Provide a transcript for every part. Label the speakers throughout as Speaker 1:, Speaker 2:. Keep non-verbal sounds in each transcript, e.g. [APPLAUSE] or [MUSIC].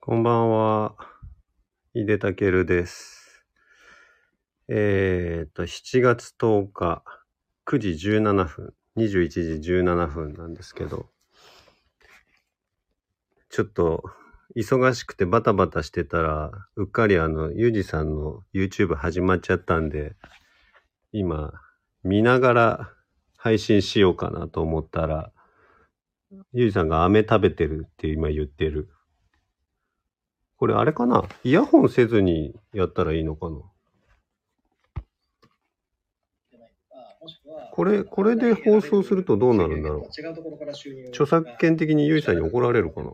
Speaker 1: こんばんは。いでたけるです。えー、っと、7月10日、9時17分、21時17分なんですけど、ちょっと、忙しくてバタバタしてたら、うっかりあの、ゆうじさんの YouTube 始まっちゃったんで、今、見ながら配信しようかなと思ったら、ゆうじさんが飴食べてるって今言ってる。これあれかなイヤホンせずにやったらいいのかなこれ、これで放送するとどうなるんだろう著作権的にゆうじさんに怒られるかな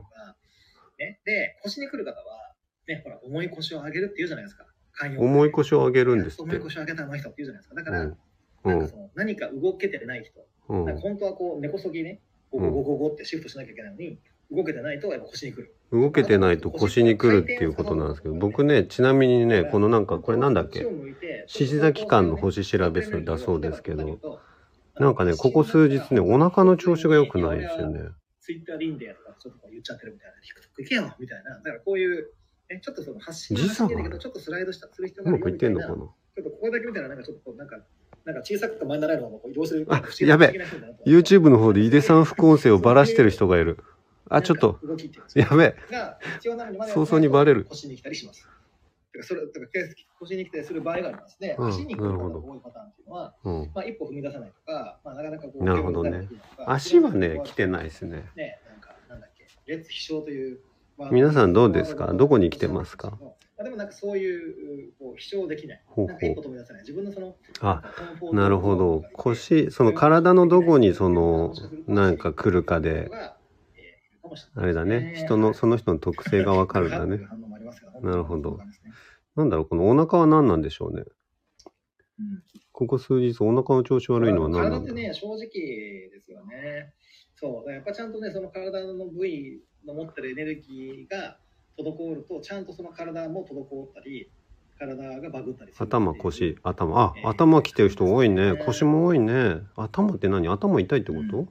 Speaker 2: ね、で、腰に来る方は、ね、ほら、重い腰を上げるって言うじゃないですか。寛容
Speaker 1: 重い腰を上げるんですっ
Speaker 2: 重
Speaker 1: て。
Speaker 2: い腰を上げたら重い人って言うじゃないですか。だか
Speaker 1: う
Speaker 2: ら、
Speaker 1: ん。う
Speaker 2: なんか
Speaker 1: ん
Speaker 2: その何か動けてない人、
Speaker 1: うん
Speaker 2: なんか本当はこう、根こそぎね、ゴゴゴゴゴってシフトしなきゃいけないのに、動けてないとやっぱ腰に来る。
Speaker 1: 動けてないと腰に来るっていうことなんですけど、僕ね、ちなみにね、このなんか、これなんだっけ獅子座期間の星調べするんだそうですけど、なんかね、ここ数日ね、お腹の調子が良くないですよね。
Speaker 2: ツイッターリンデーとかそういうとこ言っちゃってるみたいな、TikTok 行けよみたいな、だからこういう、えちょっとその発信の話してるけ
Speaker 1: 時差がある
Speaker 2: ど、ちょっとスライドしたする必要
Speaker 1: う
Speaker 2: があ
Speaker 1: ま
Speaker 2: る
Speaker 1: くいっ
Speaker 2: よみ
Speaker 1: て
Speaker 2: たい
Speaker 1: ん
Speaker 2: な
Speaker 1: のかな
Speaker 2: ちょっとここだけ見たら、なんかちょっとなんか、なんか小さくて前になられるのがこう移動する。
Speaker 1: あやべ ?YouTube の方で井出さん副音声をばらしてる人がいる。あ、ちょっと、。
Speaker 2: 動きっていうんです
Speaker 1: や
Speaker 2: よ
Speaker 1: べえ。
Speaker 2: が必要なのにまだ
Speaker 1: 早々にバレる
Speaker 2: 腰に来たりします。だからそれだから腰に来たりする場合がありますね。
Speaker 1: うん
Speaker 2: 足に来る
Speaker 1: な
Speaker 2: 方
Speaker 1: る
Speaker 2: が
Speaker 1: ほど
Speaker 2: 多いパターンっていうのは、
Speaker 1: うん。
Speaker 2: まあ、一歩踏み出さないとか、まあ、なかなかこう
Speaker 1: なるほどね
Speaker 2: 手を出せないとか
Speaker 1: 足はね、来てないですね。
Speaker 2: ね、なんか、なんだっけ、列飛翔という。まあ
Speaker 1: 皆さんどうですかどこに来てますか
Speaker 2: まあ、でもなんかそういう、こう、飛翔できない。
Speaker 1: ほう
Speaker 2: なん
Speaker 1: ほ
Speaker 2: か一
Speaker 1: う
Speaker 2: 歩。飛び出せない。自分のその、
Speaker 1: あ、
Speaker 2: コンフォートゾーン
Speaker 1: なるほど。腰、その体のどこにその、なんか来るかで、、あれだね。人の、その人の特性がわかるんだね。なるほどなんだろう、このお腹は何なんでしょうね。ここ数日お腹の調子悪いのは何な
Speaker 2: 体っ
Speaker 1: んだ
Speaker 2: てね、正直ですよね。そう、だからやっぱちゃんとね、その体の部位の持ってるエネルギーが滞ると、ちゃんとその体も滞ったり、体がバグったりするっていう。
Speaker 1: 頭、腰、頭。あ、頭来てる人多いね。腰も多いね。頭って何頭痛いってこと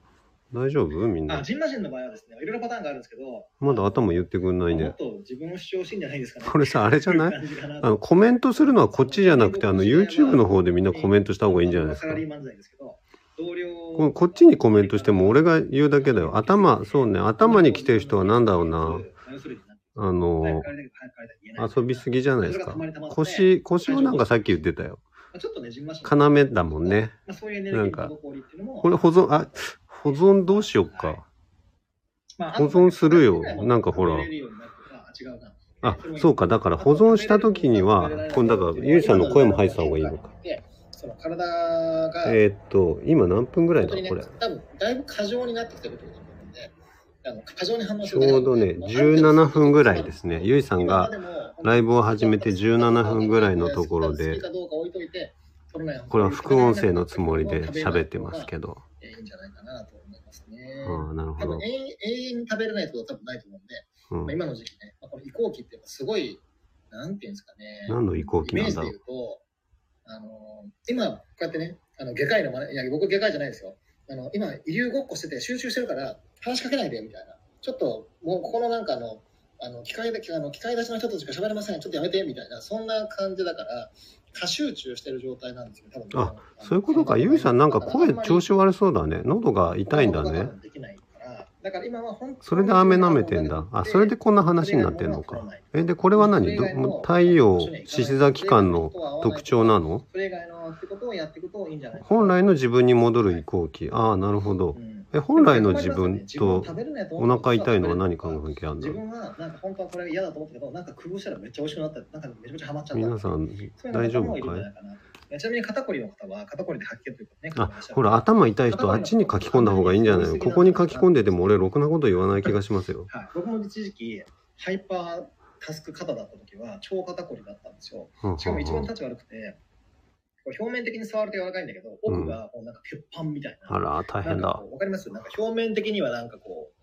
Speaker 1: 大丈夫みん
Speaker 2: あ、
Speaker 1: な。
Speaker 2: ジンマシンの場合はですね、いろいろパターンがあるんですけど、
Speaker 1: まだ頭言ってくんない
Speaker 2: も
Speaker 1: ね
Speaker 2: っ。と自分を主張してんじゃないですかね。
Speaker 1: これさあれじゃない
Speaker 2: そうう感じかな
Speaker 1: あの、コメントするのはこっちじゃなくて、あの、YouTube の方でみんなコメントした方がいいんじゃないです
Speaker 2: サ
Speaker 1: か
Speaker 2: ラ。リーマン時代ですけど、同僚
Speaker 1: このこっちにコメントしても俺が言うだけだよ。頭、そうね。頭に来てる人は何だろうな。あの、遊びすぎじゃないですか。腰、腰もなんかさっき言ってたよ。
Speaker 2: ぎ。ちょっとね、ジンマシン
Speaker 1: 要だもんね。
Speaker 2: まあそういうエネルギーの滞りっていうのも
Speaker 1: これ保存、あ、保存どうしよっか。
Speaker 2: まあ
Speaker 1: 保存するよなんかほら
Speaker 2: あとはね
Speaker 1: あ、そうか。だから保存した時には、このだから、ゆうじさんの声も入ってた方がいいのか。。
Speaker 2: でその体が、
Speaker 1: えーっと、今何分ぐらい
Speaker 2: 本
Speaker 1: だ
Speaker 2: 当にね
Speaker 1: これ。
Speaker 2: 多分だいぶ過剰になってきてると思うんで、あの過剰に反応
Speaker 1: ちょうどね、17分ぐらいですね。ゆいさんがライブを始めて17分ぐらいのところで、これは副音声のつもりで喋ってます
Speaker 2: ど。
Speaker 1: けど。
Speaker 2: いいんじゃないかなと思いますね。
Speaker 1: ああ、なるほ
Speaker 2: 多
Speaker 1: ど
Speaker 2: 分永。遠永遠に食べれないってことは多分ないと思うんで、
Speaker 1: うん
Speaker 2: まあ、。今の時期ね、まあ、この移行期ってやっぱすごい、なんていうんですかね。
Speaker 1: 何の移行期なんだろ
Speaker 2: イメージで
Speaker 1: う。
Speaker 2: 言うと、あの今、こうやってね、あの外科医の真似、いや、僕外科医じゃないですよ。あの今、医流ごっこしてて集中してるから、話しかけないで、みたいな。ちょっと、もうここのなんかあの、あの機械だあの機械出しの人としか喋れません、ちょっとやめて、みたいな、そんな感じだから、過集中してる状態なんですよ、多分。
Speaker 1: あそういうことか。ゆいさんなんか声調子悪そうだね。喉が痛いんだね。。
Speaker 2: だから今は本当に
Speaker 1: それで飴舐めてんだ。あ、それでこんな話になってんのか。。え、で、これは何ど太陽、獅子座期間の特徴なの
Speaker 2: それ以外のってことをやっていくといいんじゃないかな
Speaker 1: 本来の自分に戻る移行期。ああ、なるほど
Speaker 2: う。ん
Speaker 1: え、本来の自分と
Speaker 2: 自分食べれないと
Speaker 1: お
Speaker 2: 思って
Speaker 1: 腹痛いのは何かが関係あるんだ
Speaker 2: 自
Speaker 1: ろう
Speaker 2: 分はなんか本当はこれ嫌だと思ったけどなんか工夫したらめっちゃ美味しくなったなんかめちゃめちゃハマっちゃった
Speaker 1: 皆さん
Speaker 2: そういうの
Speaker 1: 大丈
Speaker 2: も
Speaker 1: 夫
Speaker 2: いるん
Speaker 1: か
Speaker 2: じ
Speaker 1: い
Speaker 2: ゃないかなちなみに肩こりの方は肩こりで発見ということね
Speaker 1: あ、ほら、頭痛い人、あっちに書き込んだ方がいいんじゃないのここに書き込んでても俺、ろくなこと言わない気がしますよ。
Speaker 2: はい、僕も一時期ハイパータスク肩だった時は超肩こりだったんですよ
Speaker 1: うんうん
Speaker 2: しかも一番
Speaker 1: うん
Speaker 2: 立ち悪くて、こう表面的に触ると柔らかいんだけど、奥がもうなんか鉄板みたいな。
Speaker 1: あら、大
Speaker 2: な
Speaker 1: 変
Speaker 2: んか
Speaker 1: だ
Speaker 2: こ。うわかりますなんか表面的にはなんかこう、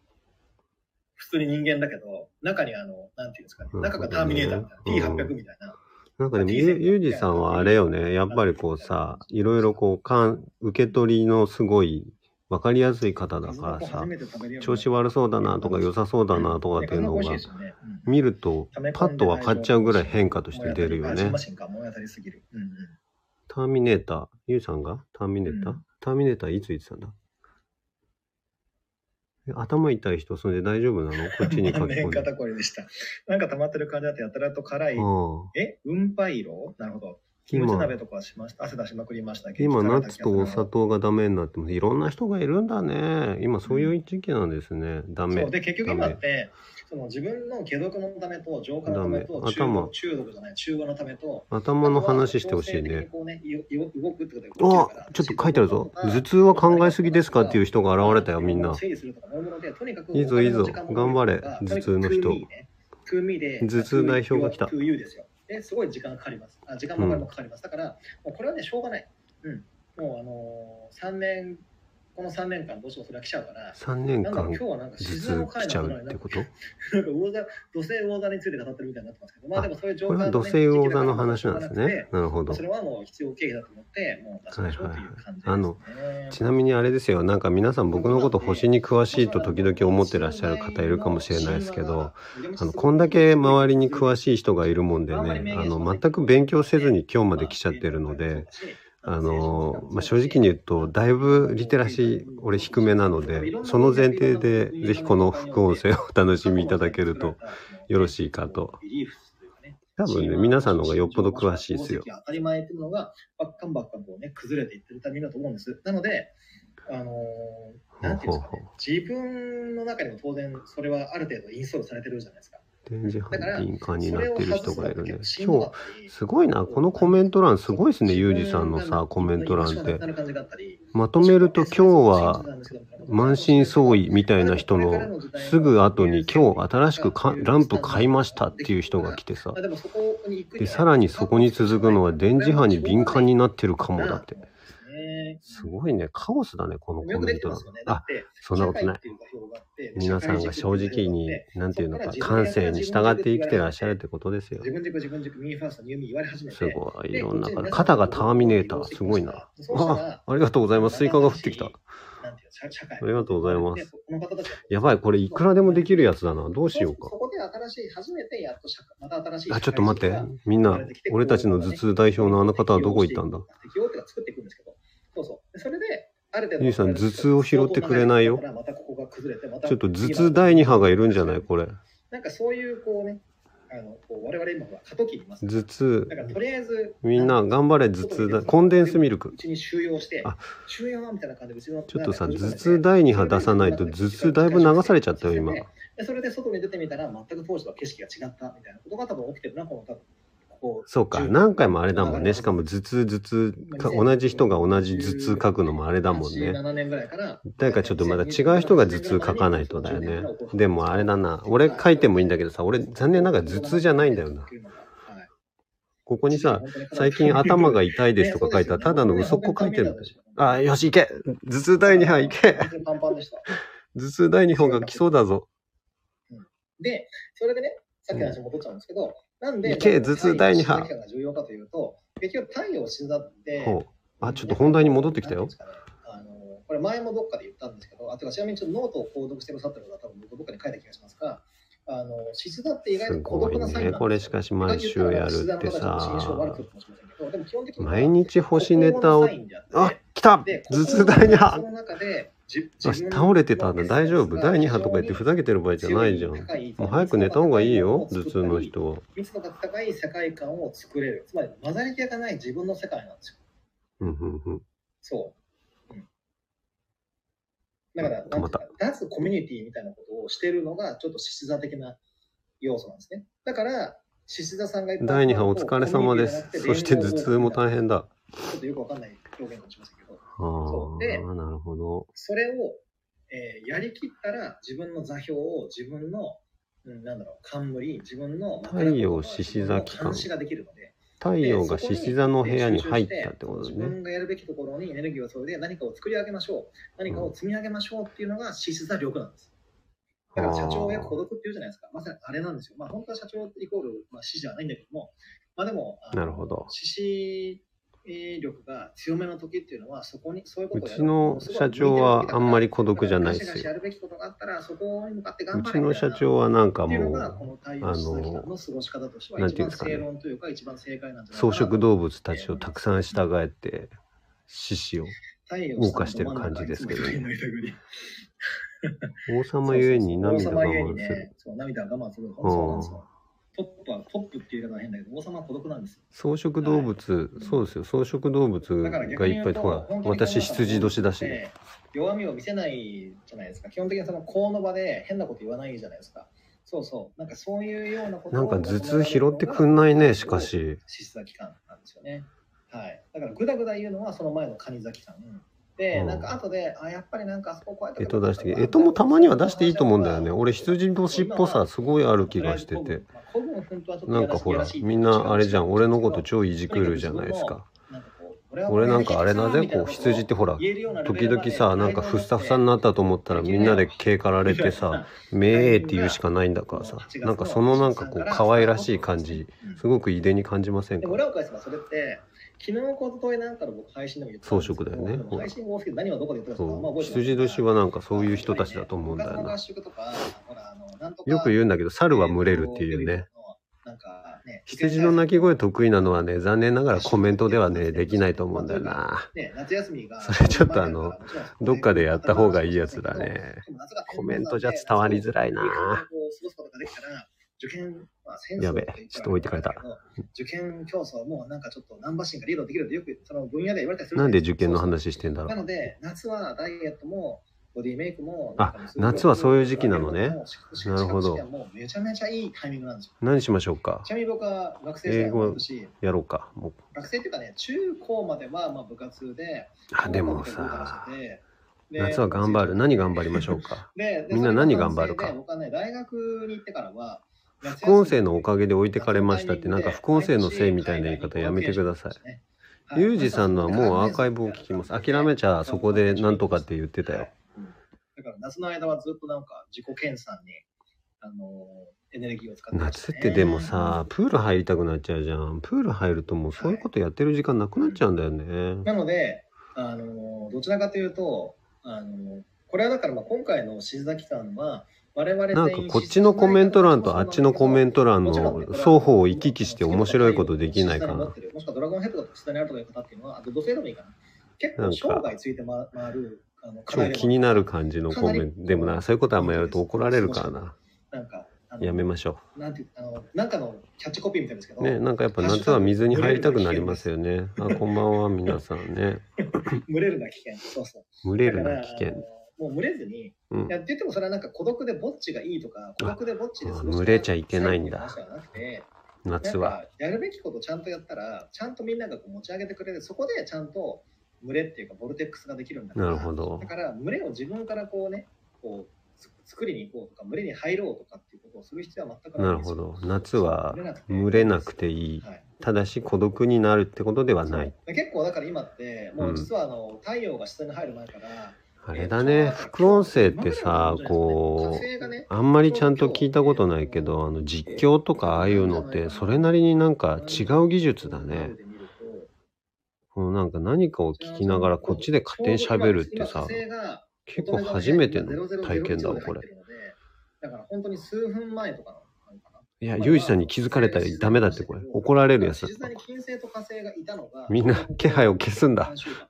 Speaker 2: 普通に人間だけど、中にあの、なんていうんですかね、
Speaker 1: うん
Speaker 2: 中がターミネーターみたいな、
Speaker 1: うん
Speaker 2: T800 みたいな。
Speaker 1: なんかでも、ゆゆうじさんはあれよね、やっぱりこうさ、いろいろこう、かん受け取りのすごいわかりやすい方だ
Speaker 2: 水
Speaker 1: か
Speaker 2: の
Speaker 1: ら
Speaker 2: 子
Speaker 1: さ
Speaker 2: 初、めて食べるようにな
Speaker 1: 調
Speaker 2: った
Speaker 1: 子悪そうだなとか良さそうだなとかっていうのが、見るとパッと分かっちゃうぐらい変化として出るよね。ターミネーター、ゆうさんがターミネーター、
Speaker 2: うん
Speaker 1: ターミネーターいつ言ってたんだえ頭痛い人、それで大丈夫なのこっちに
Speaker 2: [LAUGHS]
Speaker 1: 書き込んで。
Speaker 2: 肩こりでした。なんか溜まってる感じだとやたらと辛
Speaker 1: あ
Speaker 2: い。
Speaker 1: あ
Speaker 2: え、うんぱい色なるほど。キムチ
Speaker 1: 今
Speaker 2: 鍋、とかはしました。汗出しまくりました。
Speaker 1: 今、ナッ
Speaker 2: 元気
Speaker 1: ツ
Speaker 2: さが
Speaker 1: と
Speaker 2: な
Speaker 1: お
Speaker 2: きゃ
Speaker 1: 砂糖がダメになってます。いろんな人がいるんだね。今、そういう時期なんですね。ダメ
Speaker 2: そう。で結局今ってその自分の解毒のためと浄化のためと
Speaker 1: ダメ
Speaker 2: 中毒
Speaker 1: 頭
Speaker 2: 中毒じゃない中和のためと
Speaker 1: 頭の話してほしいね。
Speaker 2: こうねいい動くってことで
Speaker 1: あちょっと書いてあるぞ。頭痛は考えすぎですかっていう人が現れたよ、みんな。
Speaker 2: 整理するとかノーマルでとにかく
Speaker 1: いいぞいいぞ
Speaker 2: お金の時間
Speaker 1: 頑
Speaker 2: も
Speaker 1: 張れ
Speaker 2: とか
Speaker 1: 頭痛の人
Speaker 2: とにかく to me ね to me で
Speaker 1: 頭痛代表が来た
Speaker 2: to you ですよ。ですごい時間かかります。あ時間もお金もかかります。だからもうこれはねしょうがない。うん。もうあのー三年この三年間どうしてもそれは来ちゃうから。
Speaker 1: 3年
Speaker 2: なんだろう
Speaker 1: 間
Speaker 2: 今日はなんか
Speaker 1: 頭
Speaker 2: 静岡の
Speaker 1: 痛
Speaker 2: 会
Speaker 1: 来ちゃ
Speaker 2: なの
Speaker 1: う
Speaker 2: に
Speaker 1: っ
Speaker 2: な
Speaker 1: て
Speaker 2: んか
Speaker 1: こと
Speaker 2: なんか魚座土星魚座について語ってるみたいになってますけど、まあでもそういう状
Speaker 1: これ
Speaker 2: 況
Speaker 1: は
Speaker 2: が
Speaker 1: 土星魚座の話なんですね。。なるほど
Speaker 2: そ。れはもう必要経費だと思って、もう出しましょうという感じです、ね
Speaker 1: はいはいはいちなみにあれですよ、なんか皆さん僕のこと星に詳しいと時々思ってらっしゃる方いるかもしれないですけど、、あの、こんだけ周りに詳しい人がいるもんでね、あの、全く勉強せずに今日まで来ちゃってるので、、あの、まあ、正直に言うと、だいぶリテラシー、俺低めなので、その前提で、ぜひこの副音声をお楽しみいただけると、よろしいかと。多分ね、皆さんの方がよっぽど詳しいですよ。
Speaker 2: 当たり前っていうのが、バッカンバッカンこうね、崩れていってるためだと思うんです。なので、あのーなんていうんですか
Speaker 1: ほうほう
Speaker 2: ね、自分の中にも当然、それはある程度インストールされてるじゃないですか。
Speaker 1: 電磁
Speaker 2: だから
Speaker 1: ハンティンカーになってる人がいるね。今日、
Speaker 2: 日
Speaker 1: すごいな、このコメント欄すごいですね、ユージさんのさ、コメント欄って。まとめると今日は満身創痍みたいな人のすぐ後に今日新しくかランプ買いましたっていう人が来てさ。
Speaker 2: あでもそこに行くには
Speaker 1: で、さらにそこに続くのは電磁波に敏感になってるか
Speaker 2: な
Speaker 1: も
Speaker 2: る
Speaker 1: だ
Speaker 2: ほ
Speaker 1: って
Speaker 2: ど。ね
Speaker 1: すごいね、カオスだね、この
Speaker 2: よ
Speaker 1: コ
Speaker 2: く
Speaker 1: メ
Speaker 2: で
Speaker 1: ン
Speaker 2: きて
Speaker 1: ト
Speaker 2: ま
Speaker 1: 欄
Speaker 2: すよね。。だ
Speaker 1: あ
Speaker 2: っ、て
Speaker 1: そんなことない
Speaker 2: 社会っていう座標があって
Speaker 1: 皆さんが正直に、なんていうのか、感性に従って生きてらっしゃるってことですよ
Speaker 2: 自。分軸自分軸ミーファーストに言われ始めて
Speaker 1: すごい、いろんな
Speaker 2: で
Speaker 1: 方。肩がターミネーター、すごいな。あ、ありがとうございます。スイカが降ってきた。
Speaker 2: なんていうの社社会
Speaker 1: ありがとうございます
Speaker 2: でこの方たちが
Speaker 1: やばい、これいくらでもできるやつだな。どうしよう
Speaker 2: そ
Speaker 1: か。
Speaker 2: こで新しい初めてやっと社会また新しい
Speaker 1: あ、ちょっと待って。みんな、俺たちの頭痛代表のあの方はどこ行ったんだ
Speaker 2: 適応っていうか作っていくんですけどそうそうでそれである程度
Speaker 1: ゆうさん頭痛を拾ってくれないよ
Speaker 2: またここが崩れてまた
Speaker 1: ちょっと頭痛第2波がいるんじゃないこれ。
Speaker 2: なんかそういうこうねあのこう我々今は過渡期にいます
Speaker 1: 頭痛
Speaker 2: だ。からとりあえず
Speaker 1: みんな、頑張れ、頭痛だ。コンデンスミルク
Speaker 2: う。ちに収容して
Speaker 1: あ
Speaker 2: 収容はみたいな感じでうちの
Speaker 1: ちょっとさ、頭痛第2波出さないと頭痛だいぶ流されちゃったよ、今。
Speaker 2: でそれで外に出てみたら全く当時とは景色が違ったみたいなことが多分起きてるなこの多分ここ
Speaker 1: そうか、
Speaker 2: 10
Speaker 1: 何回もあれだもんね。しかも頭痛、頭痛か、同じ人が同じ頭痛書くのもあれだもんね。
Speaker 2: 17年ぐらいから
Speaker 1: なんかちょっとまだ違う人が頭痛書かないとだよね。でもあれだな。俺書いてもいいんだけどさ、俺残念ながら頭痛じゃないんだよな
Speaker 2: は。い
Speaker 1: ここにさ、最近頭が痛いですとか書いたら、ただの嘘っこ書いてる。あー、よし、行け頭痛第2波行け
Speaker 2: 本当にパンパンでした
Speaker 1: 頭痛第2波が来そうだぞ。
Speaker 2: で、それでね、さっきの話に戻っちゃうんですけど、なんで、
Speaker 1: いけ頭痛第二波
Speaker 2: 太陽が重要かというと、結局太陽を鎮座って、
Speaker 1: ほう。あ、ちょっと本題に戻ってきた
Speaker 2: なん
Speaker 1: よ
Speaker 2: てい。うんですかね。あのこれ前もどっかで言ったんですけど、あてかちなみにちょっとノートを購読してくださってる方は多分僕どっかに書いた気がしますが、あの獅子座って意外
Speaker 1: す
Speaker 2: と孤
Speaker 1: ご
Speaker 2: 独
Speaker 1: い
Speaker 2: なサイン
Speaker 1: ね。
Speaker 2: なんですよ
Speaker 1: これしかし毎週やるってさ、毎
Speaker 2: 毎
Speaker 1: 日星ネタを、あ、来た頭痛第2波あ倒れてたんだ。大丈夫第2波とか言ってふざけてる場合じゃないじゃん。もう早く寝た方がいいよ、頭痛の人は。
Speaker 2: 密度が高い世界観を作れる。つまり、混ざり気がない自分の世界なんですよ。
Speaker 1: うんうんうん。
Speaker 2: そう。うんだから、
Speaker 1: 止まった
Speaker 2: なんていうか脱コミュニティみたいなことをしてるのが、ちょっと獅子座的な要素なんですね。だから、獅子座さんが言った
Speaker 1: 第2波お疲れ様です。そして頭痛も大変。だ。
Speaker 2: ちょっとよくわかんない表現かもしれませんけど、
Speaker 1: ああ
Speaker 2: そうで、
Speaker 1: なるほど。
Speaker 2: それを、えーやりきったら、自分の座標を自分の、うん、なんだろう、冠、自分の
Speaker 1: 太陽獅子座期間
Speaker 2: 監視ができるので、
Speaker 1: 太陽が獅子座の部屋に入ったってこと
Speaker 2: 自
Speaker 1: ね。
Speaker 2: 分がやるべきところにエネルギーを注いで何かを作り上げましょう何かを積み上げましょうっていうのが獅子座力なんですだから社長を孤独っていうじゃないですかまさにあれなんですよまあ本当は社長イコール、まあ、獅子じゃないんだけどもまあでもあの
Speaker 1: なるほど
Speaker 2: 獅子意力が強めの時っていうのは、そこに、そういうこ
Speaker 1: う
Speaker 2: とをや
Speaker 1: ち
Speaker 2: る
Speaker 1: の社長はあんまり孤独じゃないで
Speaker 2: ガシガ
Speaker 1: す
Speaker 2: シや
Speaker 1: よ。
Speaker 2: るべきことがあったら、そこに向かって頑
Speaker 1: う
Speaker 2: 張
Speaker 1: ち
Speaker 2: れ
Speaker 1: の社長はなんかも
Speaker 2: あ
Speaker 1: う、
Speaker 2: の、過ごし方としては一番正論というか、一番正解なんじゃない
Speaker 1: 草
Speaker 2: かな
Speaker 1: 食動物たちをたくさん従えて、獅子を。動かしてる感じですけどね
Speaker 2: 太陽さんの真ん中いつも太陽の糸繰り
Speaker 1: 王様ゆえに涙が
Speaker 2: 王様ゆえ
Speaker 1: 我
Speaker 2: に
Speaker 1: 慢する
Speaker 2: ね。そう、涙が我慢する。本当そうなんですよ。トップは、トップっていう言い方は変だけど、王様は孤独なんですよ。
Speaker 1: 草食動物、そうですよ。草食動物
Speaker 2: だから
Speaker 1: が
Speaker 2: 逆に
Speaker 1: いっ
Speaker 2: 言
Speaker 1: ぱ
Speaker 2: う
Speaker 1: い、
Speaker 2: と
Speaker 1: ほら、私羊年だし、
Speaker 2: で弱みを見せないじゃないですか。基本的にその公の場で変なこと言わないじゃないですか。そうそう。なんかそういうようなこと
Speaker 1: な
Speaker 2: を
Speaker 1: んか頭痛拾ってくんないね、しか。し。
Speaker 2: 資質座期間なんですよね。はい。だからグダグダ言うのはその前のカニ座期間。で、
Speaker 1: うん
Speaker 2: なんか後で、あ、やっぱりなんかあそここうやって。
Speaker 1: 干支出して、干支もたまには出していいと思うんだよね。俺、羊の尻尾さ、すごいある気がしてて。。なんかほら、みんなあれじゃん、俺のこと超いじくるじゃないですか。俺なんかあれなぜ、こう、羊ってほら、時々さ、なんかふっさふさになったと思ったらみんなで毛かられてさ、、めえって言うしかないんだからさ、なんかそのなんかこう、可愛らしい感じ、すごく遺伝に感じません
Speaker 2: で
Speaker 1: か
Speaker 2: 村岡さんはそれって昨日ことといなんかの僕配信でも言ったんですけ
Speaker 1: 草
Speaker 2: ど
Speaker 1: 食だよね
Speaker 2: でも配信が多すぎて何をどこで言ったかあんま
Speaker 1: そう、
Speaker 2: 覚えてない
Speaker 1: 羊年はなんかそういう人たちだと思うんだよ
Speaker 2: 昔の合
Speaker 1: な。
Speaker 2: 宿とかほらあのなんとか
Speaker 1: よく言うんだけど、猿は群れるっていうね。。
Speaker 2: なんかね
Speaker 1: 羊の鳴き声得意なのはね、残念ながらコメントではね、できないと思うんだよな。
Speaker 2: ね、夏休みが
Speaker 1: それちょっとあのどっかでやった方がいいやつだね。
Speaker 2: でも夏が
Speaker 1: コメントじゃ伝わりづらいな。
Speaker 2: 過ごすことができたら受験、まあ、戦争
Speaker 1: やべちょっと置いてかれた。
Speaker 2: 受験競争もなんかちょっと難波心がリードできるってよくその分野で言われたりする
Speaker 1: なんで受験の
Speaker 2: 話
Speaker 1: 話してんだ
Speaker 2: な
Speaker 1: ろ
Speaker 2: の
Speaker 1: う。
Speaker 2: で、夏はダイエットも、ボディメイクも、
Speaker 1: あ夏はそういう時期なのね。な
Speaker 2: な
Speaker 1: る
Speaker 2: る
Speaker 1: ほ
Speaker 2: ほ
Speaker 1: ど
Speaker 2: ど。資格試験もめちゃめちゃいいタイミングなんですよ。
Speaker 1: 何しましょうか
Speaker 2: ち。なみに僕は学生時代
Speaker 1: 英語
Speaker 2: もあったし、
Speaker 1: やろうか。もう
Speaker 2: 学生っていうかね、中高まではまあ部活で、
Speaker 1: あ、でも
Speaker 2: 高校までは
Speaker 1: さ
Speaker 2: 部、活で、で
Speaker 1: 夏は頑張る。何頑張りましょうか。
Speaker 2: でで
Speaker 1: みんな何頑張るか
Speaker 2: それが完成で僕はね、大学に行ってからは、
Speaker 1: 副音声のおかげで置いてかれましたって、なんか副音声のせいみたいな言い方やめてください。
Speaker 2: はい。
Speaker 1: ユージさんのはもうアーカイブを聞きます。諦めちゃそこでなんとかって言ってたよ。
Speaker 2: うんだから夏の間はずっとなんか自己研鑽に、あのーエネルギーを使ってました
Speaker 1: 夏
Speaker 2: ね、
Speaker 1: ってでもさ、プール入りたくなっちゃうじゃん。プール入るともうそういうことやってる時間なくなっちゃうんだよね。
Speaker 2: なので、あのーどちらかというと、あのーこれはだからまあ今回の静田期間は我々
Speaker 1: なんかこっちのコメント欄とあっちのコメント欄の双方を行き来して面白いことできないかな。。
Speaker 2: もしくはドラゴンヘッドとか下にあるとかいう方っていうのは、あと女性でもいいかな。結
Speaker 1: な
Speaker 2: 構
Speaker 1: んか
Speaker 2: 生涯ついてま回る、あの
Speaker 1: 超気になる感じのコメント。でもな、そういうことあんまやると怒られるからな。
Speaker 2: なんか、あの
Speaker 1: やめましょ
Speaker 2: なんていうあの、なんかのキャッチコピーみたいですけど、
Speaker 1: う。ね、なんかやっぱ夏は水に入りたくなりますよね。あ、こんばんは皆さんね。
Speaker 2: 群れるな危険。そうそう。
Speaker 1: 群れるな危
Speaker 2: だ
Speaker 1: 険。
Speaker 2: からあのもう群れずに、
Speaker 1: うん
Speaker 2: いやって言ってもそれはなんか孤独でぼっちがいいとか、孤独でぼっちで過ご
Speaker 1: あ
Speaker 2: し
Speaker 1: 群れちゃいけないんだ
Speaker 2: 話ではなくて
Speaker 1: 夏
Speaker 2: な
Speaker 1: は
Speaker 2: ん。かやるべきことちゃんとやったら、ちゃんとみんながこう持ち上げてくれる、そこでちゃんと群れっていうか、ボルテックスができるんだから。
Speaker 1: なるほど
Speaker 2: だ。から群れを自分からこうね、こうつ作りに行こうとか、群れに入ろうとかっていうことをする必要は全くない
Speaker 1: なんる
Speaker 2: です
Speaker 1: ほ
Speaker 2: よ。
Speaker 1: ど。夏は群
Speaker 2: 群
Speaker 1: れ
Speaker 2: れ
Speaker 1: な
Speaker 2: な
Speaker 1: く
Speaker 2: く
Speaker 1: て
Speaker 2: て
Speaker 1: いい。
Speaker 2: はい
Speaker 1: ただし孤独になるってことではない。
Speaker 2: そう結構だから今って、もうんう実はあの、太陽が下に入る前から、
Speaker 1: あれだね。副音声ってさ、こう、
Speaker 2: う、
Speaker 1: あんまりちゃんと聞いたことないけど、あの実況とかああいうのって、それなりになんか違う技術だね。。このなんか何かを聞きながらこっちで勝手に喋るってさ、結構初めての体験だわ、これ。。
Speaker 2: だから本当に数分前とかなのかない
Speaker 1: や、ユージさんに気づかれたらダメだって、これ。怒られるやつだ
Speaker 2: 実。際に金星と火星がいたのが、
Speaker 1: みんな気配を消すんだ
Speaker 2: 3週間か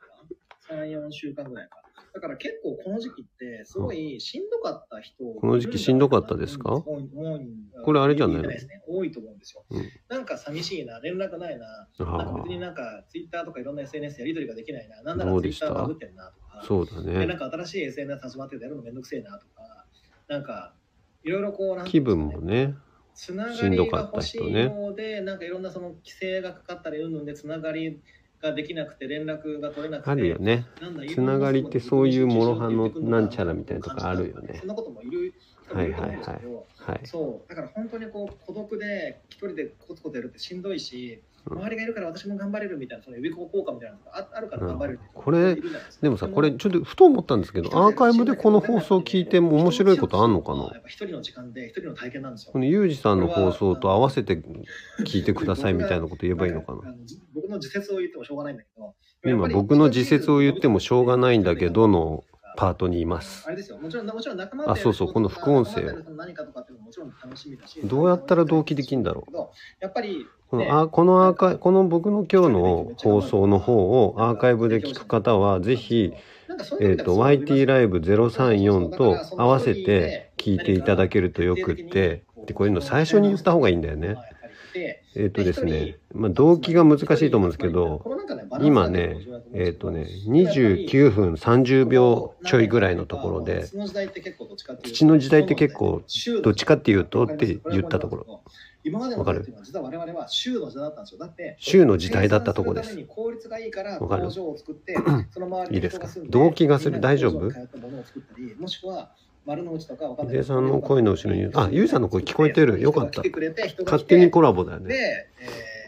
Speaker 2: な。3、4週間ぐらいか。だから結構この時期って、すごいしんどかった人、
Speaker 1: この時期しんどかったですか
Speaker 2: 多い多い
Speaker 1: これあれじゃないの
Speaker 2: 多ですね多いと思うんですよ。
Speaker 1: うん
Speaker 2: なんか寂しいな、連絡ないな、なんか
Speaker 1: あ
Speaker 2: 別になんかツイッターとかいろんな SNS やり取りができないな、なんな
Speaker 1: ど
Speaker 2: ら
Speaker 1: う
Speaker 2: ツイ
Speaker 1: でし
Speaker 2: ッ
Speaker 1: た
Speaker 2: ターバグってんなと
Speaker 1: あ、
Speaker 2: か、
Speaker 1: そうだ
Speaker 2: でなん
Speaker 1: ね。
Speaker 2: か新しい SNS 始まっててやるのめんどくせえなとか、なんかいろいろこう、なんてい
Speaker 1: 気
Speaker 2: うん
Speaker 1: 分
Speaker 2: ですかね
Speaker 1: もね。
Speaker 2: つな
Speaker 1: し
Speaker 2: が
Speaker 1: んど
Speaker 2: り
Speaker 1: か
Speaker 2: が
Speaker 1: った
Speaker 2: 欲し
Speaker 1: 人
Speaker 2: い
Speaker 1: ね
Speaker 2: ので、なんかいろんなその規制がかかったりうんぬんで、つながりができなくて、連絡が取れなくて、
Speaker 1: あるよね。
Speaker 2: なんだ
Speaker 1: つながりってそういうもろ刃のなんちゃらみたいなとこあるよね
Speaker 2: そんなこともいる人もいると思うんですけど
Speaker 1: はい。
Speaker 2: そうだから本当にこう孤独で一人でコツコツやるってしんどいし
Speaker 1: うん
Speaker 2: 周りがいるから私も頑張れるみたいな、その予備校効果みたいなのがああるから頑張れるっていう人
Speaker 1: これ
Speaker 2: いるじゃないすか
Speaker 1: でもさ、これ
Speaker 2: その
Speaker 1: ちょっとふと思ったんですけど、アーカイブでこの放送聞いても面白いことあんのか
Speaker 2: や
Speaker 1: な
Speaker 2: っぱ一人の時間で一人の体験なんですよ
Speaker 1: こ。のユージさんの放送と合わせて聞いてくださいみたいなこと言えばいいのか
Speaker 2: あ
Speaker 1: な。
Speaker 2: のじ僕の自説を言ってもしょうがないんだけど。
Speaker 1: 今僕の自説を言ってもしょうがないんだけどのパートにい
Speaker 2: い
Speaker 1: ます
Speaker 2: あ。れですよ。もちろん、もちろん仲間と
Speaker 1: あそうそうこの副音声を
Speaker 2: 仲間とやるその何かとかっていうのももちろん楽しみだし。
Speaker 1: どうやったら同期できんだろう
Speaker 2: けど。やっぱり、
Speaker 1: このあこのアーカイこの僕の今日の放送の方をアーカイブで聞く方は、ぜひ、、
Speaker 2: なんかそういう
Speaker 1: えっ
Speaker 2: の見たら
Speaker 1: と、YT ライブ034と合わせて聞いていただけるとよくって、でこういうの最初に言った方がいいんだよね。。えっとですね、まあ、動機が難しいと思うんですけど、今ね、えっとね、29分30秒ちょいぐらいのところで、土の時代って結構どっちかっていうとって言ったところ、
Speaker 2: ろ。今までの時代っていうのは実は我々は州の時代だったんですよ。だって、
Speaker 1: 州の時代だったところです。
Speaker 2: 効率がいいから
Speaker 1: わかる
Speaker 2: 工場を作って、その周
Speaker 1: い
Speaker 2: り
Speaker 1: い
Speaker 2: に
Speaker 1: です
Speaker 2: 人
Speaker 1: か
Speaker 2: が住ん
Speaker 1: 動機がする
Speaker 2: みんな
Speaker 1: 大
Speaker 2: で
Speaker 1: 丈
Speaker 2: 工
Speaker 1: 夫
Speaker 2: 場に通ったものを作ったりもしくは丸の内とかわかんない
Speaker 1: ヒデさんの声の後ろにあヒデさんの声聞こえてるよかった
Speaker 2: 人が来てくれて人が来
Speaker 1: 勝
Speaker 2: て
Speaker 1: 手にコラボだよね。
Speaker 2: で、え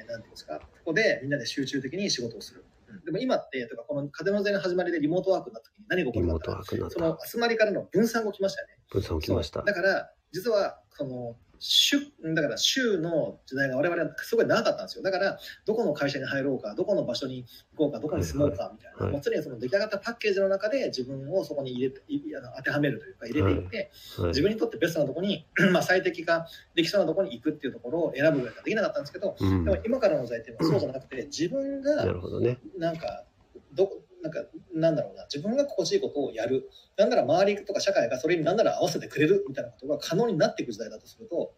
Speaker 2: ー、なんていうんですか、ここでみんなで集中的に仕事をする。うんでも今って、とかこの風の時代の始まりでリモートワークになった時に何が起こ
Speaker 1: リ
Speaker 2: るか
Speaker 1: モートワ
Speaker 2: って
Speaker 1: ークになっ
Speaker 2: その
Speaker 1: た。
Speaker 2: 集まりからの分散が起きましたよね。
Speaker 1: 分散起きました
Speaker 2: そう。だから、実は、その、週、だから州の時代が我々はすごい長かったんですよ。だから、どこの会社に入ろうか、どこの場所に行こうか、どこに住もうかみたいな、
Speaker 1: はい
Speaker 2: もう常にその出来上がったパッケージの中で自分をそこに入れて、いあの当てはめるというか、入れていって、
Speaker 1: はい
Speaker 2: 自分にとってベストなところに、 [CLEARS THROAT] まあ最適化できそうなところに行くっていうところを選ぶぐらいかできなかったんですけど、
Speaker 1: うん
Speaker 2: でも今からの時代っていうのはそうじゃなくて、自分
Speaker 1: な
Speaker 2: が
Speaker 1: るほどね。
Speaker 2: なんか、どなんかなんだろうな自分が心地いいことをやるなんなら周りとか社会がそれになんなら合わせてくれるみたいなことが可能になっていく時代だとすると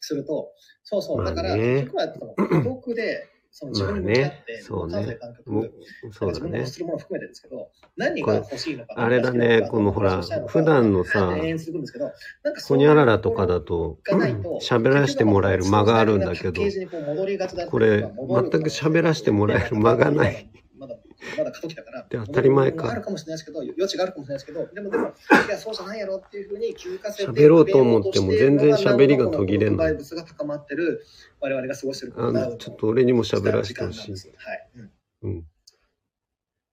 Speaker 2: するとそうそう
Speaker 1: まあね
Speaker 2: だから結局はその孤独
Speaker 1: [CLEARS THROAT]
Speaker 2: でその自分に向き合っ
Speaker 1: まあ
Speaker 2: て
Speaker 1: ねそうね
Speaker 2: 感性感覚
Speaker 1: もそう
Speaker 2: 自
Speaker 1: だ
Speaker 2: 分の
Speaker 1: ね
Speaker 2: 欲。するものを含めてですけど何が欲しいのか
Speaker 1: あれだね、このほら、普段のさ、
Speaker 2: 延々するんですけどなんかそ
Speaker 1: ホ
Speaker 2: う
Speaker 1: ニ
Speaker 2: いう
Speaker 1: ャララとかだと
Speaker 2: がないと
Speaker 1: 喋らせてもらえる間があるんだけど
Speaker 2: 結局はこのパッケージにこう戻りがちだったりとか
Speaker 1: これ
Speaker 2: 戻る
Speaker 1: 全く喋らせてもらえる間がない
Speaker 2: まだまだ過渡期だから
Speaker 1: で当たり前か
Speaker 2: 戻る部分があるかもしれないですけど余地があるかもしれないですけどでもでもいやそうじゃないやろっていうふうに気づかせて
Speaker 1: 喋ろうと思っても全然喋りが途切れない
Speaker 2: バイブスが高まってる我々が過ごしてる
Speaker 1: あの、ちょっと俺にも喋らせてほしい。
Speaker 2: はいうん
Speaker 1: うん。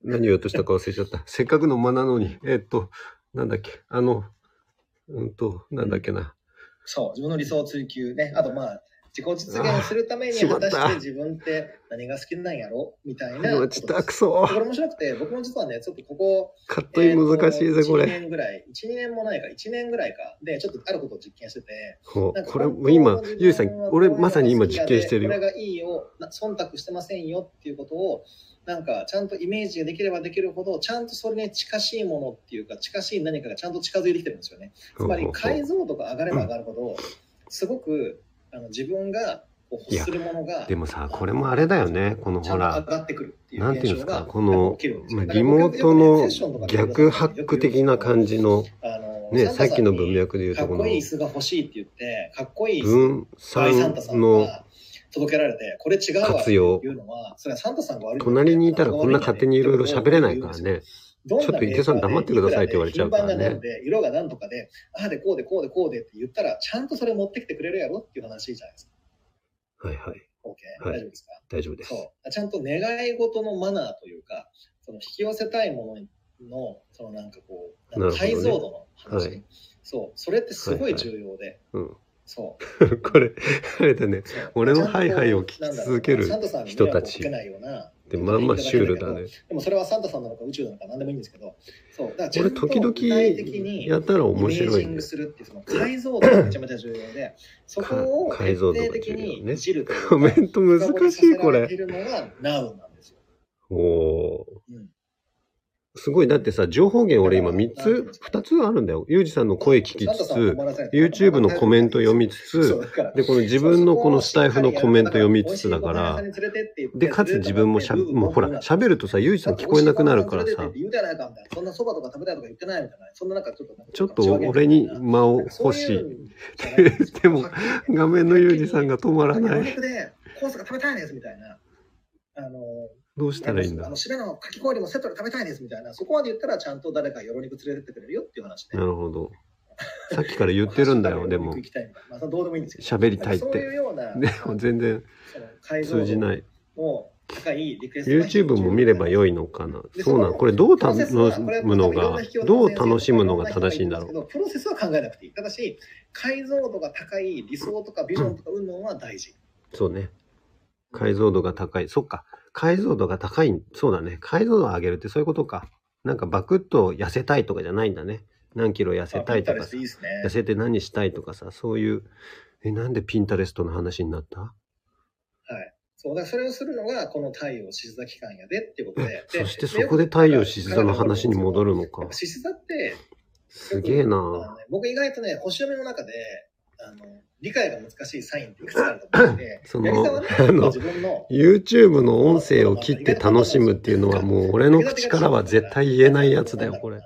Speaker 1: 何を言おうとしたか忘れちゃ
Speaker 2: [LAUGHS]
Speaker 1: った。せっかくの間なのに、えっと、なんだっけ、あの、うんと、なんだっけな。
Speaker 2: そう、自分の理想を追求ね。あとまあ、自己実現するために
Speaker 1: あーしま
Speaker 2: 果
Speaker 1: った
Speaker 2: たして自分って何が好きなんやろみたいな
Speaker 1: う
Speaker 2: こと
Speaker 1: わ
Speaker 2: で
Speaker 1: ち
Speaker 2: す。
Speaker 1: ょっと、あく
Speaker 2: こ
Speaker 1: そ
Speaker 2: れ面白くて、僕も実はね、ちょっとここ、
Speaker 1: カットイン難しいぜ、こ
Speaker 2: 1
Speaker 1: れ。
Speaker 2: 年ぐらい、1、2年もないか、1年ぐらいか。で、ちょっとあることを実験してて、
Speaker 1: こ
Speaker 2: なん
Speaker 1: う
Speaker 2: か
Speaker 1: これ、今、ゆうじさん、俺まさに今実験してる
Speaker 2: これ
Speaker 1: よ。
Speaker 2: がいいよ、な忖度してませんよっていうことを、なんかちゃんとイメージができればできるほど、ちゃんとそれに近しいものっていうか、近しい何かがちゃんと近づいてきてるんですよね。つまり解像度が上がれば上がるほど、すごくあの自分がこう
Speaker 1: い
Speaker 2: 欲
Speaker 1: や
Speaker 2: するものが
Speaker 1: でもさ、これもあれだよね、この
Speaker 2: ちゃ
Speaker 1: ほ
Speaker 2: んと上
Speaker 1: ら、
Speaker 2: がってくるっていう
Speaker 1: なんていうんで
Speaker 2: 現
Speaker 1: す
Speaker 2: 象が
Speaker 1: か、この
Speaker 2: 起きるんですよ
Speaker 1: まあ
Speaker 2: だか
Speaker 1: リ
Speaker 2: ら
Speaker 1: モート
Speaker 2: 僕よくねセ
Speaker 1: の
Speaker 2: ッションとかで
Speaker 1: 逆ハック的な感じの、
Speaker 2: あの
Speaker 1: ね、
Speaker 2: サン
Speaker 1: さ
Speaker 2: タ
Speaker 1: っ
Speaker 2: さ
Speaker 1: き
Speaker 2: んに
Speaker 1: の文脈で言う
Speaker 2: か
Speaker 1: と
Speaker 2: っ
Speaker 1: こ
Speaker 2: こ
Speaker 1: の
Speaker 2: いい椅子が欲しいって言ってかっこいい
Speaker 1: 分
Speaker 2: 大サンタさ
Speaker 1: 散
Speaker 2: ん
Speaker 1: の
Speaker 2: が届けられてこれ違うわって
Speaker 1: 活用。
Speaker 2: いうのはそれはサンタさんが悪い
Speaker 1: 隣にいたらこんな勝手にいろいろ喋れないからね。
Speaker 2: どんな
Speaker 1: ちょっと伊手さん黙ってくださいって言われちゃうからね
Speaker 2: メーカーで品番がなんで色がなんとかで、ああでこうでこうでこうでって言ったら、ちゃんとそれ持ってきてくれるやろっていう話じゃないですか。
Speaker 1: はいはい、
Speaker 2: OK?
Speaker 1: はい
Speaker 2: 大丈夫ですか、
Speaker 1: 大丈夫です。
Speaker 2: そう。ちゃんと願い事のマナーというか、その引き寄せたいものの、そのなんかこう、
Speaker 1: なるほどね
Speaker 2: 解像度の話、
Speaker 1: はい
Speaker 2: そう。それってすごい
Speaker 1: はい
Speaker 2: 重要で、
Speaker 1: うん、 [LAUGHS]
Speaker 2: そう。
Speaker 1: これ、あれだね。
Speaker 2: そう
Speaker 1: 俺の
Speaker 2: ちゃんと
Speaker 1: ハイハイを聞き
Speaker 2: なんだろう
Speaker 1: 続ける
Speaker 2: サンタさんに
Speaker 1: 人たち
Speaker 2: 迷惑をかけないような
Speaker 1: でもまあまあシュールだね。
Speaker 2: でもそれはサンタさんなのか宇宙なのか何でもいいんですけど、そう。だからちゃ
Speaker 1: これ
Speaker 2: んと
Speaker 1: 時
Speaker 2: 具体的
Speaker 1: 々
Speaker 2: に
Speaker 1: やったら面白
Speaker 2: イメージ
Speaker 1: い
Speaker 2: ン
Speaker 1: ね
Speaker 2: グ。するっていうその解像度がめちゃめちゃ重要で、そこを
Speaker 1: か
Speaker 2: 徹
Speaker 1: 解像
Speaker 2: 底
Speaker 1: 度が重要ね
Speaker 2: 的にいじるという
Speaker 1: [LAUGHS]
Speaker 2: か
Speaker 1: コメント難しいこ
Speaker 2: 深掘りさせら
Speaker 1: れ。
Speaker 2: てるのが Now なんですよ。
Speaker 1: おおー。
Speaker 2: うん
Speaker 1: すごい。だってさ、情報源俺今3
Speaker 2: なんていうん
Speaker 1: つ
Speaker 2: です、か
Speaker 1: 2つあるんだよ。ユージさんの声聞き
Speaker 2: サンタ
Speaker 1: つ
Speaker 2: さんは
Speaker 1: つ、
Speaker 2: 困らせない
Speaker 1: YouTube のコメント読みつ
Speaker 2: そう
Speaker 1: つ、
Speaker 2: だから
Speaker 1: で、この自分のこのスタイフのコメント読みつつだから、で、かつ自分もしゃ、もうほら、喋るとさ、ユージさん聞こえなくなるからさ、
Speaker 2: 言うてないかみたいなそんなそばとか食べたいとか言ってないみたいな。そんななんかちょっとなんか
Speaker 1: ちょっと俺に間を欲しい。。でも画面のユージさんが止まら
Speaker 2: な。
Speaker 1: ないい。
Speaker 2: 逆でコースが食べたいですみたいな。あの
Speaker 1: どうしたらいいん
Speaker 2: あ
Speaker 1: だ
Speaker 2: の。締めのかき氷もセットで食べたいですみたいな。そこまで言ったらちゃんと誰かよろにく連れてってくれるよっていう話ね
Speaker 1: な。るほど。さっきから言ってるんだよ、で
Speaker 2: まあ
Speaker 1: も
Speaker 2: 行。きたいみたいなまあ、それどうでもいいんですけど。
Speaker 1: 喋りたいっ
Speaker 2: そういう
Speaker 1: て。
Speaker 2: ような、
Speaker 1: でも全然
Speaker 2: その解像
Speaker 1: 通じ
Speaker 2: 度
Speaker 1: ない。
Speaker 2: の高いリクエストが必要
Speaker 1: YouTube も見れば良いのかな。
Speaker 2: で
Speaker 1: そうなの。
Speaker 2: その
Speaker 1: これどう
Speaker 2: プロ
Speaker 1: 楽
Speaker 2: セ
Speaker 1: し
Speaker 2: スはこれ
Speaker 1: むのが
Speaker 2: またいろんな引き、渡し
Speaker 1: どう
Speaker 2: 先生とか
Speaker 1: 楽しむのが正しいんだろう。
Speaker 2: ろう。プロセスは考えなくていい。ただし、解像度が高い理想とかビジョンとか運動は大事。
Speaker 1: そうね。解像度が高い。そっか。解像度が高い。そうだね。解像度を上げるってそういうことか。なんかバクッと痩せたいとかじゃないんだね。何キロ痩せたいとか
Speaker 2: あピンタレス
Speaker 1: さ
Speaker 2: いい。ですね。
Speaker 1: 痩せて何したいとかさ。そういう。え、なんでピンタレストの話になった
Speaker 2: そうだからそれをするのがこの太陽獅子座期間やでっていうことで。
Speaker 1: そしてそこで太陽獅子座の話に戻
Speaker 2: る。
Speaker 1: るの
Speaker 2: やっ
Speaker 1: か
Speaker 2: ぱ。獅子座って、
Speaker 1: すげえ
Speaker 2: あ
Speaker 1: な
Speaker 2: のね僕意外とね、星読みの中で、あの理解が難しいサインっていくつかあると思うんで
Speaker 1: [LAUGHS] 、その
Speaker 2: 八木さんはね
Speaker 1: あの
Speaker 2: 自分の
Speaker 1: YouTube の音声を切って楽しむっていうのはもう俺の口からは絶対言えないやつだよ、これ。
Speaker 2: あの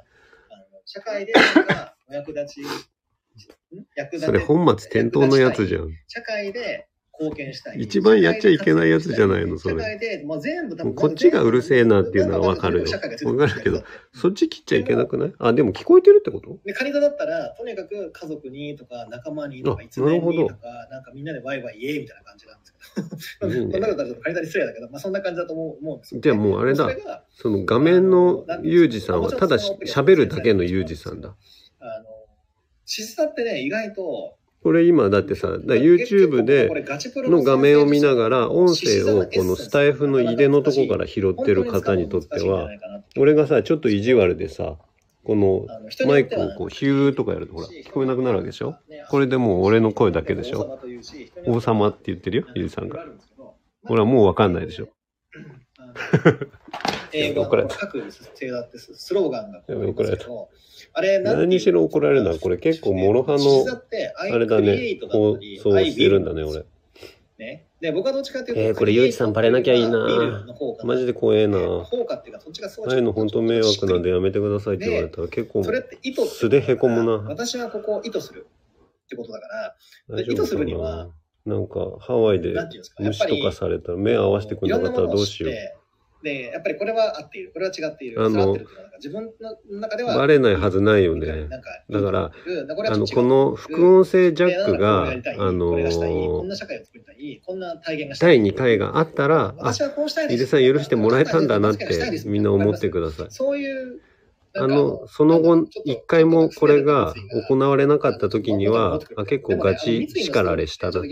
Speaker 2: 社会でなんかお役立ち、ん役立て
Speaker 1: それ本末転倒のやつじゃん。
Speaker 2: 社会で貢献したい。
Speaker 1: 一番やっちゃいけないやつじゃないのそれ
Speaker 2: 社会で、もう全部多
Speaker 1: も
Speaker 2: 分
Speaker 1: うこっちがうるせえなっていうのはわかるよ
Speaker 2: 社会が全部
Speaker 1: わかるけど。そっち切っちゃいけなくないあ、でも聞こえてるってこと
Speaker 2: で、仮座だったら、とにかく家族にとか、仲間にと
Speaker 1: あ
Speaker 2: か、いつで
Speaker 1: なるほ
Speaker 2: に
Speaker 1: ど
Speaker 2: とか、なんかみんなでワイワイイエーイみたいな感じなんですけど。
Speaker 1: いいね
Speaker 2: そんなことあると仮座失礼だけど、まあそんな感じだと思う思うんですよね
Speaker 1: じゃあもうあれだ
Speaker 2: そが
Speaker 1: その画面のユージさんはただし喋るだけのユージさんだ。
Speaker 2: あの、静さってね、意外と、
Speaker 1: これ今だってさ、だから YouTube での画面を見ながら音声をこのスタイフの入れのとこから拾ってる方にとっては、俺がさ、ちょっと意地悪でさ、このマイクをこうヒューとかやるとほら、聞こえなくなるわけでしょこれでもう俺の声だけでしょ王様って言ってるよ、ゆうじさんが。俺はもうわかんないでしょ。 [LAUGHS]
Speaker 2: 英語
Speaker 1: 怒られ
Speaker 2: の各星座ってスローガンがこうありますけどあれ
Speaker 1: 何にしろ怒られるな、これ結構もろ派の、あ
Speaker 2: あ
Speaker 1: れだね、放送してるんだね、俺。
Speaker 2: ね。で、僕はどっちかっていうと、
Speaker 1: えーこれユージさんバレなきゃいいなマジで怖えな。
Speaker 2: 効果っていうか、そっちがすごい
Speaker 1: 前の本当迷惑なんでやめてくださいって言われたら結構
Speaker 2: それって意図って
Speaker 1: 素でへこむな
Speaker 2: 私はここを意図するってことだから、
Speaker 1: 大
Speaker 2: 意
Speaker 1: 丈
Speaker 2: 図するに
Speaker 1: 夫か
Speaker 2: は
Speaker 1: な。なんかハワイで
Speaker 2: なんていうんですか、やっ
Speaker 1: 虫
Speaker 2: ぱ
Speaker 1: と
Speaker 2: り
Speaker 1: かされたら目合わせてくれなかったらどうしよ
Speaker 2: いろん
Speaker 1: う。
Speaker 2: なものを知ってで、やっぱりこれは合っている、これは違っている、
Speaker 1: あの
Speaker 2: それは合ってるっていうのはなんか自分の中では。
Speaker 1: バレないはずないよね。
Speaker 2: なんか
Speaker 1: だから
Speaker 2: これ
Speaker 1: あ
Speaker 2: はちょ
Speaker 1: の、
Speaker 2: っと違う
Speaker 1: この副音声ジャックが、あ
Speaker 2: でなんか
Speaker 1: の
Speaker 2: これやりたいこれがしたいこん
Speaker 1: ー
Speaker 2: な社会を作りたい、こんな体現がしたい。
Speaker 1: 第2回があったら、あ、
Speaker 2: 私はこうしたい
Speaker 1: 井
Speaker 2: で
Speaker 1: 出
Speaker 2: す。
Speaker 1: さん許してもらえたんだなって
Speaker 2: 私はしたいです
Speaker 1: みんな思ってください。
Speaker 2: そういう、な
Speaker 1: あ
Speaker 2: んか
Speaker 1: の、その後、一回もこれが行
Speaker 2: わ
Speaker 1: われなかった時には、あ結構ガチ叱られしただと。思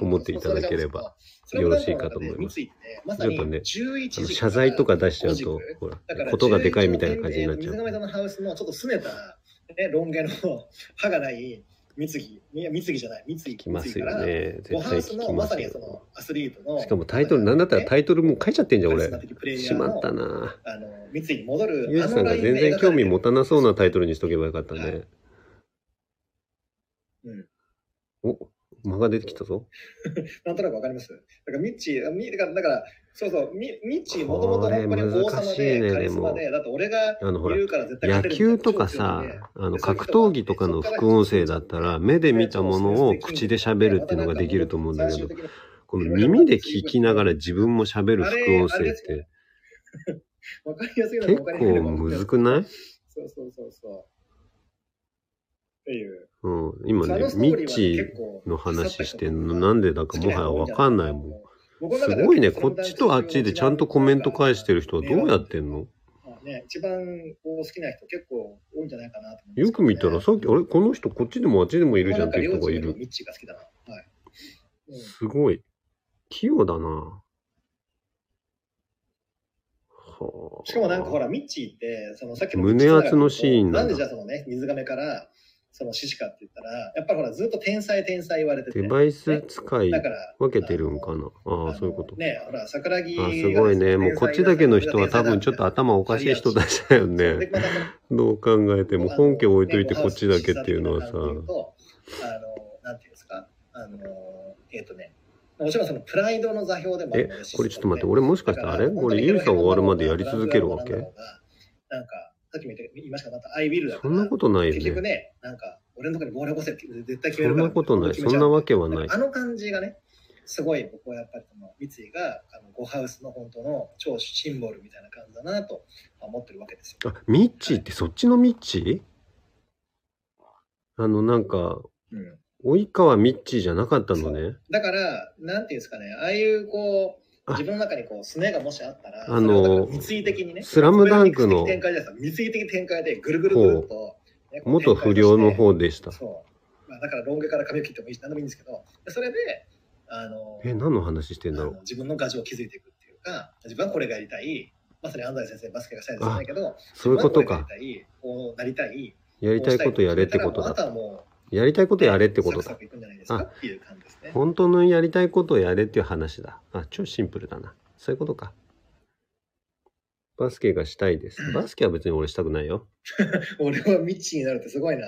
Speaker 2: 思
Speaker 1: っていただければ
Speaker 2: よ
Speaker 1: よろしいかと思います
Speaker 2: ち
Speaker 1: ちょっとねあの謝
Speaker 2: 謝
Speaker 1: 罪と
Speaker 2: か
Speaker 1: か出しちゃうと、ほら、ことがでかいみたいな感じになっちゃ
Speaker 2: 水上
Speaker 1: う。
Speaker 2: のハウスのちょっと拗ねた、ね、ロン毛の歯がない三木、いや三木じゃない、三木
Speaker 1: きます
Speaker 2: 三木
Speaker 1: よ
Speaker 2: から
Speaker 1: ね。
Speaker 2: ご
Speaker 1: 絶
Speaker 2: ハ
Speaker 1: 対
Speaker 2: ウス
Speaker 1: 聞き
Speaker 2: の
Speaker 1: ま
Speaker 2: まさ
Speaker 1: す
Speaker 2: に
Speaker 1: よ
Speaker 2: そ。のアスリートの。
Speaker 1: しかもタイトル、なんだったらタイトルもう書いちゃってんじゃん、俺
Speaker 2: カリスマ。的プレイヤ
Speaker 1: し
Speaker 2: ーの
Speaker 1: まったな
Speaker 2: あの三井に戻る。
Speaker 1: ゆうじさんが全然興味持たなそうなタイトルにしとけばよかったね。
Speaker 2: うん
Speaker 1: お、間が出てきたぞ。
Speaker 2: なんとなくわかります。だからミッチー、みだから、だからそうそう、ミミッチー、もとも
Speaker 1: ことれ
Speaker 2: 本当に王様で、
Speaker 1: 難しいね
Speaker 2: カリスマで、だって俺が
Speaker 1: あの、ほら
Speaker 2: 言、うから絶対
Speaker 1: 野
Speaker 2: 勝てる
Speaker 1: 球
Speaker 2: みた
Speaker 1: と
Speaker 2: いな
Speaker 1: かさ
Speaker 2: 状況で、
Speaker 1: あの、格闘技とかの副音声だったら、目で見たものを口で喋るっていうのができると思うんだけど、
Speaker 2: 最終的に
Speaker 1: この耳で聞きながら自分も喋る副音声って
Speaker 2: わかりやすいの
Speaker 1: 結
Speaker 2: かわかりにくい
Speaker 1: 構
Speaker 2: のか
Speaker 1: むずくない
Speaker 2: そうそうそうそう。っていう。
Speaker 1: うん、今
Speaker 2: あ
Speaker 1: ね
Speaker 2: の、スト
Speaker 1: ミ
Speaker 2: ーリ
Speaker 1: ッ
Speaker 2: ーは
Speaker 1: チ
Speaker 2: ね
Speaker 1: ー
Speaker 2: 結構
Speaker 1: の話してんの
Speaker 2: 刺さった人
Speaker 1: なんでだかもはやわかんないもん。
Speaker 2: 僕の
Speaker 1: す
Speaker 2: 中では
Speaker 1: ごいね、こっちとあっちでちゃんとコメント返してる人はどうやってんの
Speaker 2: ね、一番こう好きな人結構多いんじゃないかなと思うんで
Speaker 1: よ
Speaker 2: すけ
Speaker 1: く
Speaker 2: どね
Speaker 1: 見たらさっき、あれこの人こっちでもあっちでもいるじゃんって
Speaker 2: まあ
Speaker 1: 人
Speaker 2: なんか
Speaker 1: がい
Speaker 2: 両親よりも
Speaker 1: る。
Speaker 2: ミッチーが好きだな。はい。うん
Speaker 1: すごい。器用だな。はあ
Speaker 2: しかもなんかほら、ミッチーって、そのさっきの
Speaker 1: 胸熱のシーンな
Speaker 2: なん
Speaker 1: だ
Speaker 2: んでじゃあそのね、水亀から、その獅子かって言ったら、やっぱりほら、ずっと天才天才言われてて、
Speaker 1: デ
Speaker 2: だ
Speaker 1: バイス使い
Speaker 2: から、
Speaker 1: 分けてるんかな。ああ、そういうこと
Speaker 2: の。ね、ほら、桜木が
Speaker 1: あ
Speaker 2: ね
Speaker 1: すごいね。もうこっちだけの人は多分ちょっと頭おかしい人たちだよ
Speaker 2: そう
Speaker 1: ね
Speaker 2: で。またその
Speaker 1: どう考えても本家置いといてこっちだけっていうのはさ
Speaker 2: あ。の、なんていうんですか、あの、えっ、とね、もちろんそのプライドの座標でもあ
Speaker 1: え
Speaker 2: るので、
Speaker 1: これちょっと待って、俺もしかしてあれこれユージさん終わるまでやり続けるわけ
Speaker 2: なんか、さっきも言いましたが、また I will だ
Speaker 1: そんなことない
Speaker 2: 結
Speaker 1: よ
Speaker 2: 局
Speaker 1: ね。
Speaker 2: ね、なんか、俺のとこにボール起こせって絶対決
Speaker 1: そ
Speaker 2: める
Speaker 1: ん
Speaker 2: から
Speaker 1: なことない。そんなわけはない
Speaker 2: あ。の感じがね、すごい僕はやっぱりこの三井があのゴハウスの本当の超シンボルみたいな感じだなと思ってるわけですよ。
Speaker 1: あ、ミッチーってそっちのミッチーあの、なんか、
Speaker 2: うん、
Speaker 1: 及川みっちーじゃなかったのね。
Speaker 2: だから、なんていうんですかね、ああいうこう、
Speaker 1: あ
Speaker 2: 自分の中にこう、すねがもしあったら、
Speaker 1: あのー
Speaker 2: それをだから密意的にね、
Speaker 1: スラムダンクの
Speaker 2: 密意的展開じゃないですか密意的展開でぐるぐるぐるっと、ねこう
Speaker 1: 元不良の方でした。
Speaker 2: そう。まあ、だから、ロン毛から髪を切ってもいいし、何でもいいんですけど、でそれで、あの
Speaker 1: え、何の話してんだろ
Speaker 2: あの
Speaker 1: う。
Speaker 2: 自分の画像を築いていくっていうか、自分はこれがやりたい、まさに安西先生、バスケがしたいじゃないけど、
Speaker 1: そういうこと
Speaker 2: 自分は
Speaker 1: か
Speaker 2: こ。れがやりたい、こうなりたい、
Speaker 1: やりたいことやれってこと
Speaker 2: あ
Speaker 1: だ。
Speaker 2: とはも
Speaker 1: やりたいこと
Speaker 2: う、
Speaker 1: やれってことだ
Speaker 2: サクサ。クいくんじゃないですかっていう感じですね。
Speaker 1: 本当のやりたいことをやれっていう話だ。あ、超シンプルだな。そういうことか。バスケがしたい
Speaker 2: [CLEARS THROAT]
Speaker 1: です。バスケは別に俺したくないよ。
Speaker 2: 俺はミッチーになるってすごいな。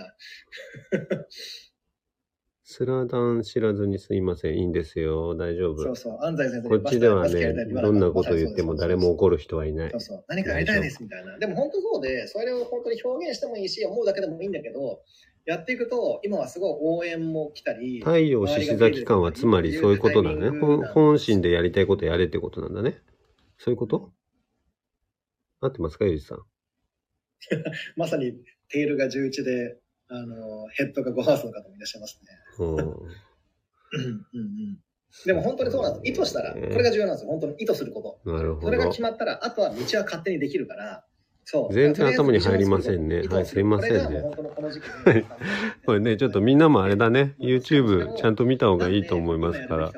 Speaker 1: スラダン知らずにすいません。いいんですよ。大丈
Speaker 2: そ
Speaker 1: 夫
Speaker 2: う。そう、安西先生
Speaker 1: こ
Speaker 2: に
Speaker 1: っ
Speaker 2: バ
Speaker 1: ちで
Speaker 2: スケ
Speaker 1: は
Speaker 2: バスケや
Speaker 1: ね
Speaker 2: りたいって、言われ
Speaker 1: ど
Speaker 2: た
Speaker 1: んなことを言っても誰も怒る人はいない
Speaker 2: そう。そう、何かやりたいですみたいな。でも本当そうで、それを本当に表現してもいいし、思うだけでもいいんだけど、やっていくと、今はすごい応援も来たり、
Speaker 1: 太陽獅子座期間はつまりそういうことだね。本本心でやりたいことやれってことなんだね。そういうこと合ってますか、ゆうじさん。
Speaker 2: まさにテールが11で、あのヘッドが5ハウスの方もいらっしゃいますね。 [LAUGHS]
Speaker 1: うん
Speaker 2: うんうんうんでも本当にそうなんです。意図したら、これが重要なんですよ。本当に意図すること。
Speaker 1: なる
Speaker 2: そ
Speaker 1: ほ
Speaker 2: れが
Speaker 1: ど
Speaker 2: 決。まったら、あとは道は勝手にできるから、そう。
Speaker 1: 全然頭に入りませんねはいすいませんね
Speaker 2: これがもう本当のこの時期に
Speaker 1: これね、ちょっとみんなもあれだね。YouTube ちゃんと見た方がいいと思いますから。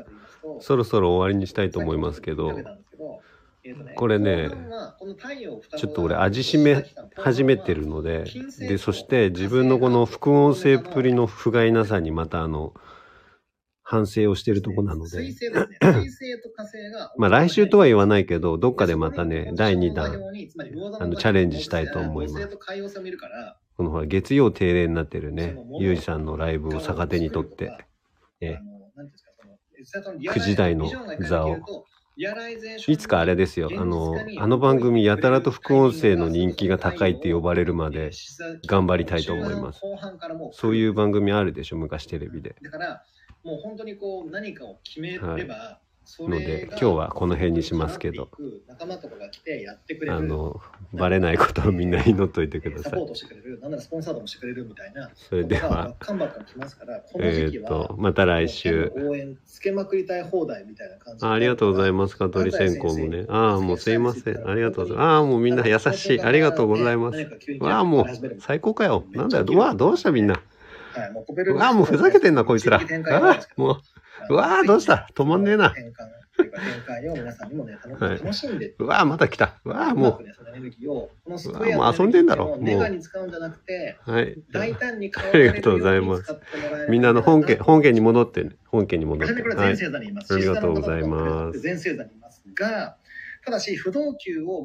Speaker 1: そろそろ終わりにしたいと思いますけど、これね、ちょっと俺味しめ初めてるので、で、そして自分のこの副音声っぷりの不甲斐なさにまたあの、反省をしてるとこなので、
Speaker 2: 水星ですね水星と火星が
Speaker 1: [LAUGHS] まあ来週とは言わないけど、どっかでまたね、第2弾、あ
Speaker 2: あ
Speaker 1: のチャレンジしたいと思います
Speaker 2: と海王星もいるから
Speaker 1: このほら月曜定例になってるね、ゆうじさんのライブを逆手にとって、ええ
Speaker 2: あのなんていうんですかその実際そのリアライ
Speaker 1: 9時台の
Speaker 2: ビジョンが描いてる
Speaker 1: 座を
Speaker 2: とリアライゼーション
Speaker 1: いつかあれですよ、あの、あの番組やたらと副音声の人気が高いって呼ばれるまで、頑張りたいと思います
Speaker 2: 中盤後半からもう
Speaker 1: そういう番組あるでしょ、昔テレビで。
Speaker 2: だからもう本当にこう何かを決めれば、
Speaker 1: はい
Speaker 2: そ
Speaker 1: の
Speaker 2: れが
Speaker 1: で、今日はこの辺にしますけど、
Speaker 2: 仲間とかが来てやってくれる
Speaker 1: あの、バレないことをみんな祈っといてくだ
Speaker 2: サ
Speaker 1: さ
Speaker 2: ポー
Speaker 1: い。
Speaker 2: トしてくれるなんならスポンサードもしてくれるみたいな
Speaker 1: それでは、
Speaker 2: カンバック来ますからこの
Speaker 1: え
Speaker 2: 時期
Speaker 1: ーっ
Speaker 2: は、
Speaker 1: と、また来週。
Speaker 2: 応援つけまくりたい放題みたいな感じ
Speaker 1: あありがとうござい
Speaker 2: ま
Speaker 1: ます、カトリセンコもね。ああ、もうすいません。ありがとうございます。ああ、もうみんな優しい。ありがとうございます。わあ、もう最高かよ。なんだよ。わあ、どうしたみんな。
Speaker 2: はい、もうコペルニクス
Speaker 1: わあ、もうふざけてんな、こいつら。ああ、もう。うわーどうした止まんねえ [LAUGHS] な
Speaker 2: 転換というか展開を皆さんにもね、楽
Speaker 1: はい
Speaker 2: 楽しんで。
Speaker 1: うわあ、また来た。うわあ、
Speaker 2: ま
Speaker 1: も
Speaker 2: くねそのエネルギーを、このス
Speaker 1: うわ
Speaker 2: クエアの
Speaker 1: もう遊んでんだろ
Speaker 2: エネルギーをネガに使うんじゃなくて、
Speaker 1: う。はい。
Speaker 2: 大胆に変
Speaker 1: ありがとうございます
Speaker 2: 使ってもらえる
Speaker 1: みんなあの本家、本家に戻ってね。本家に戻っ
Speaker 2: 初
Speaker 1: て。
Speaker 2: めから
Speaker 1: は
Speaker 2: 全
Speaker 1: い。
Speaker 2: 星座にいます。
Speaker 1: ありがとうございます
Speaker 2: 全星座にいますが、ただし、不動級を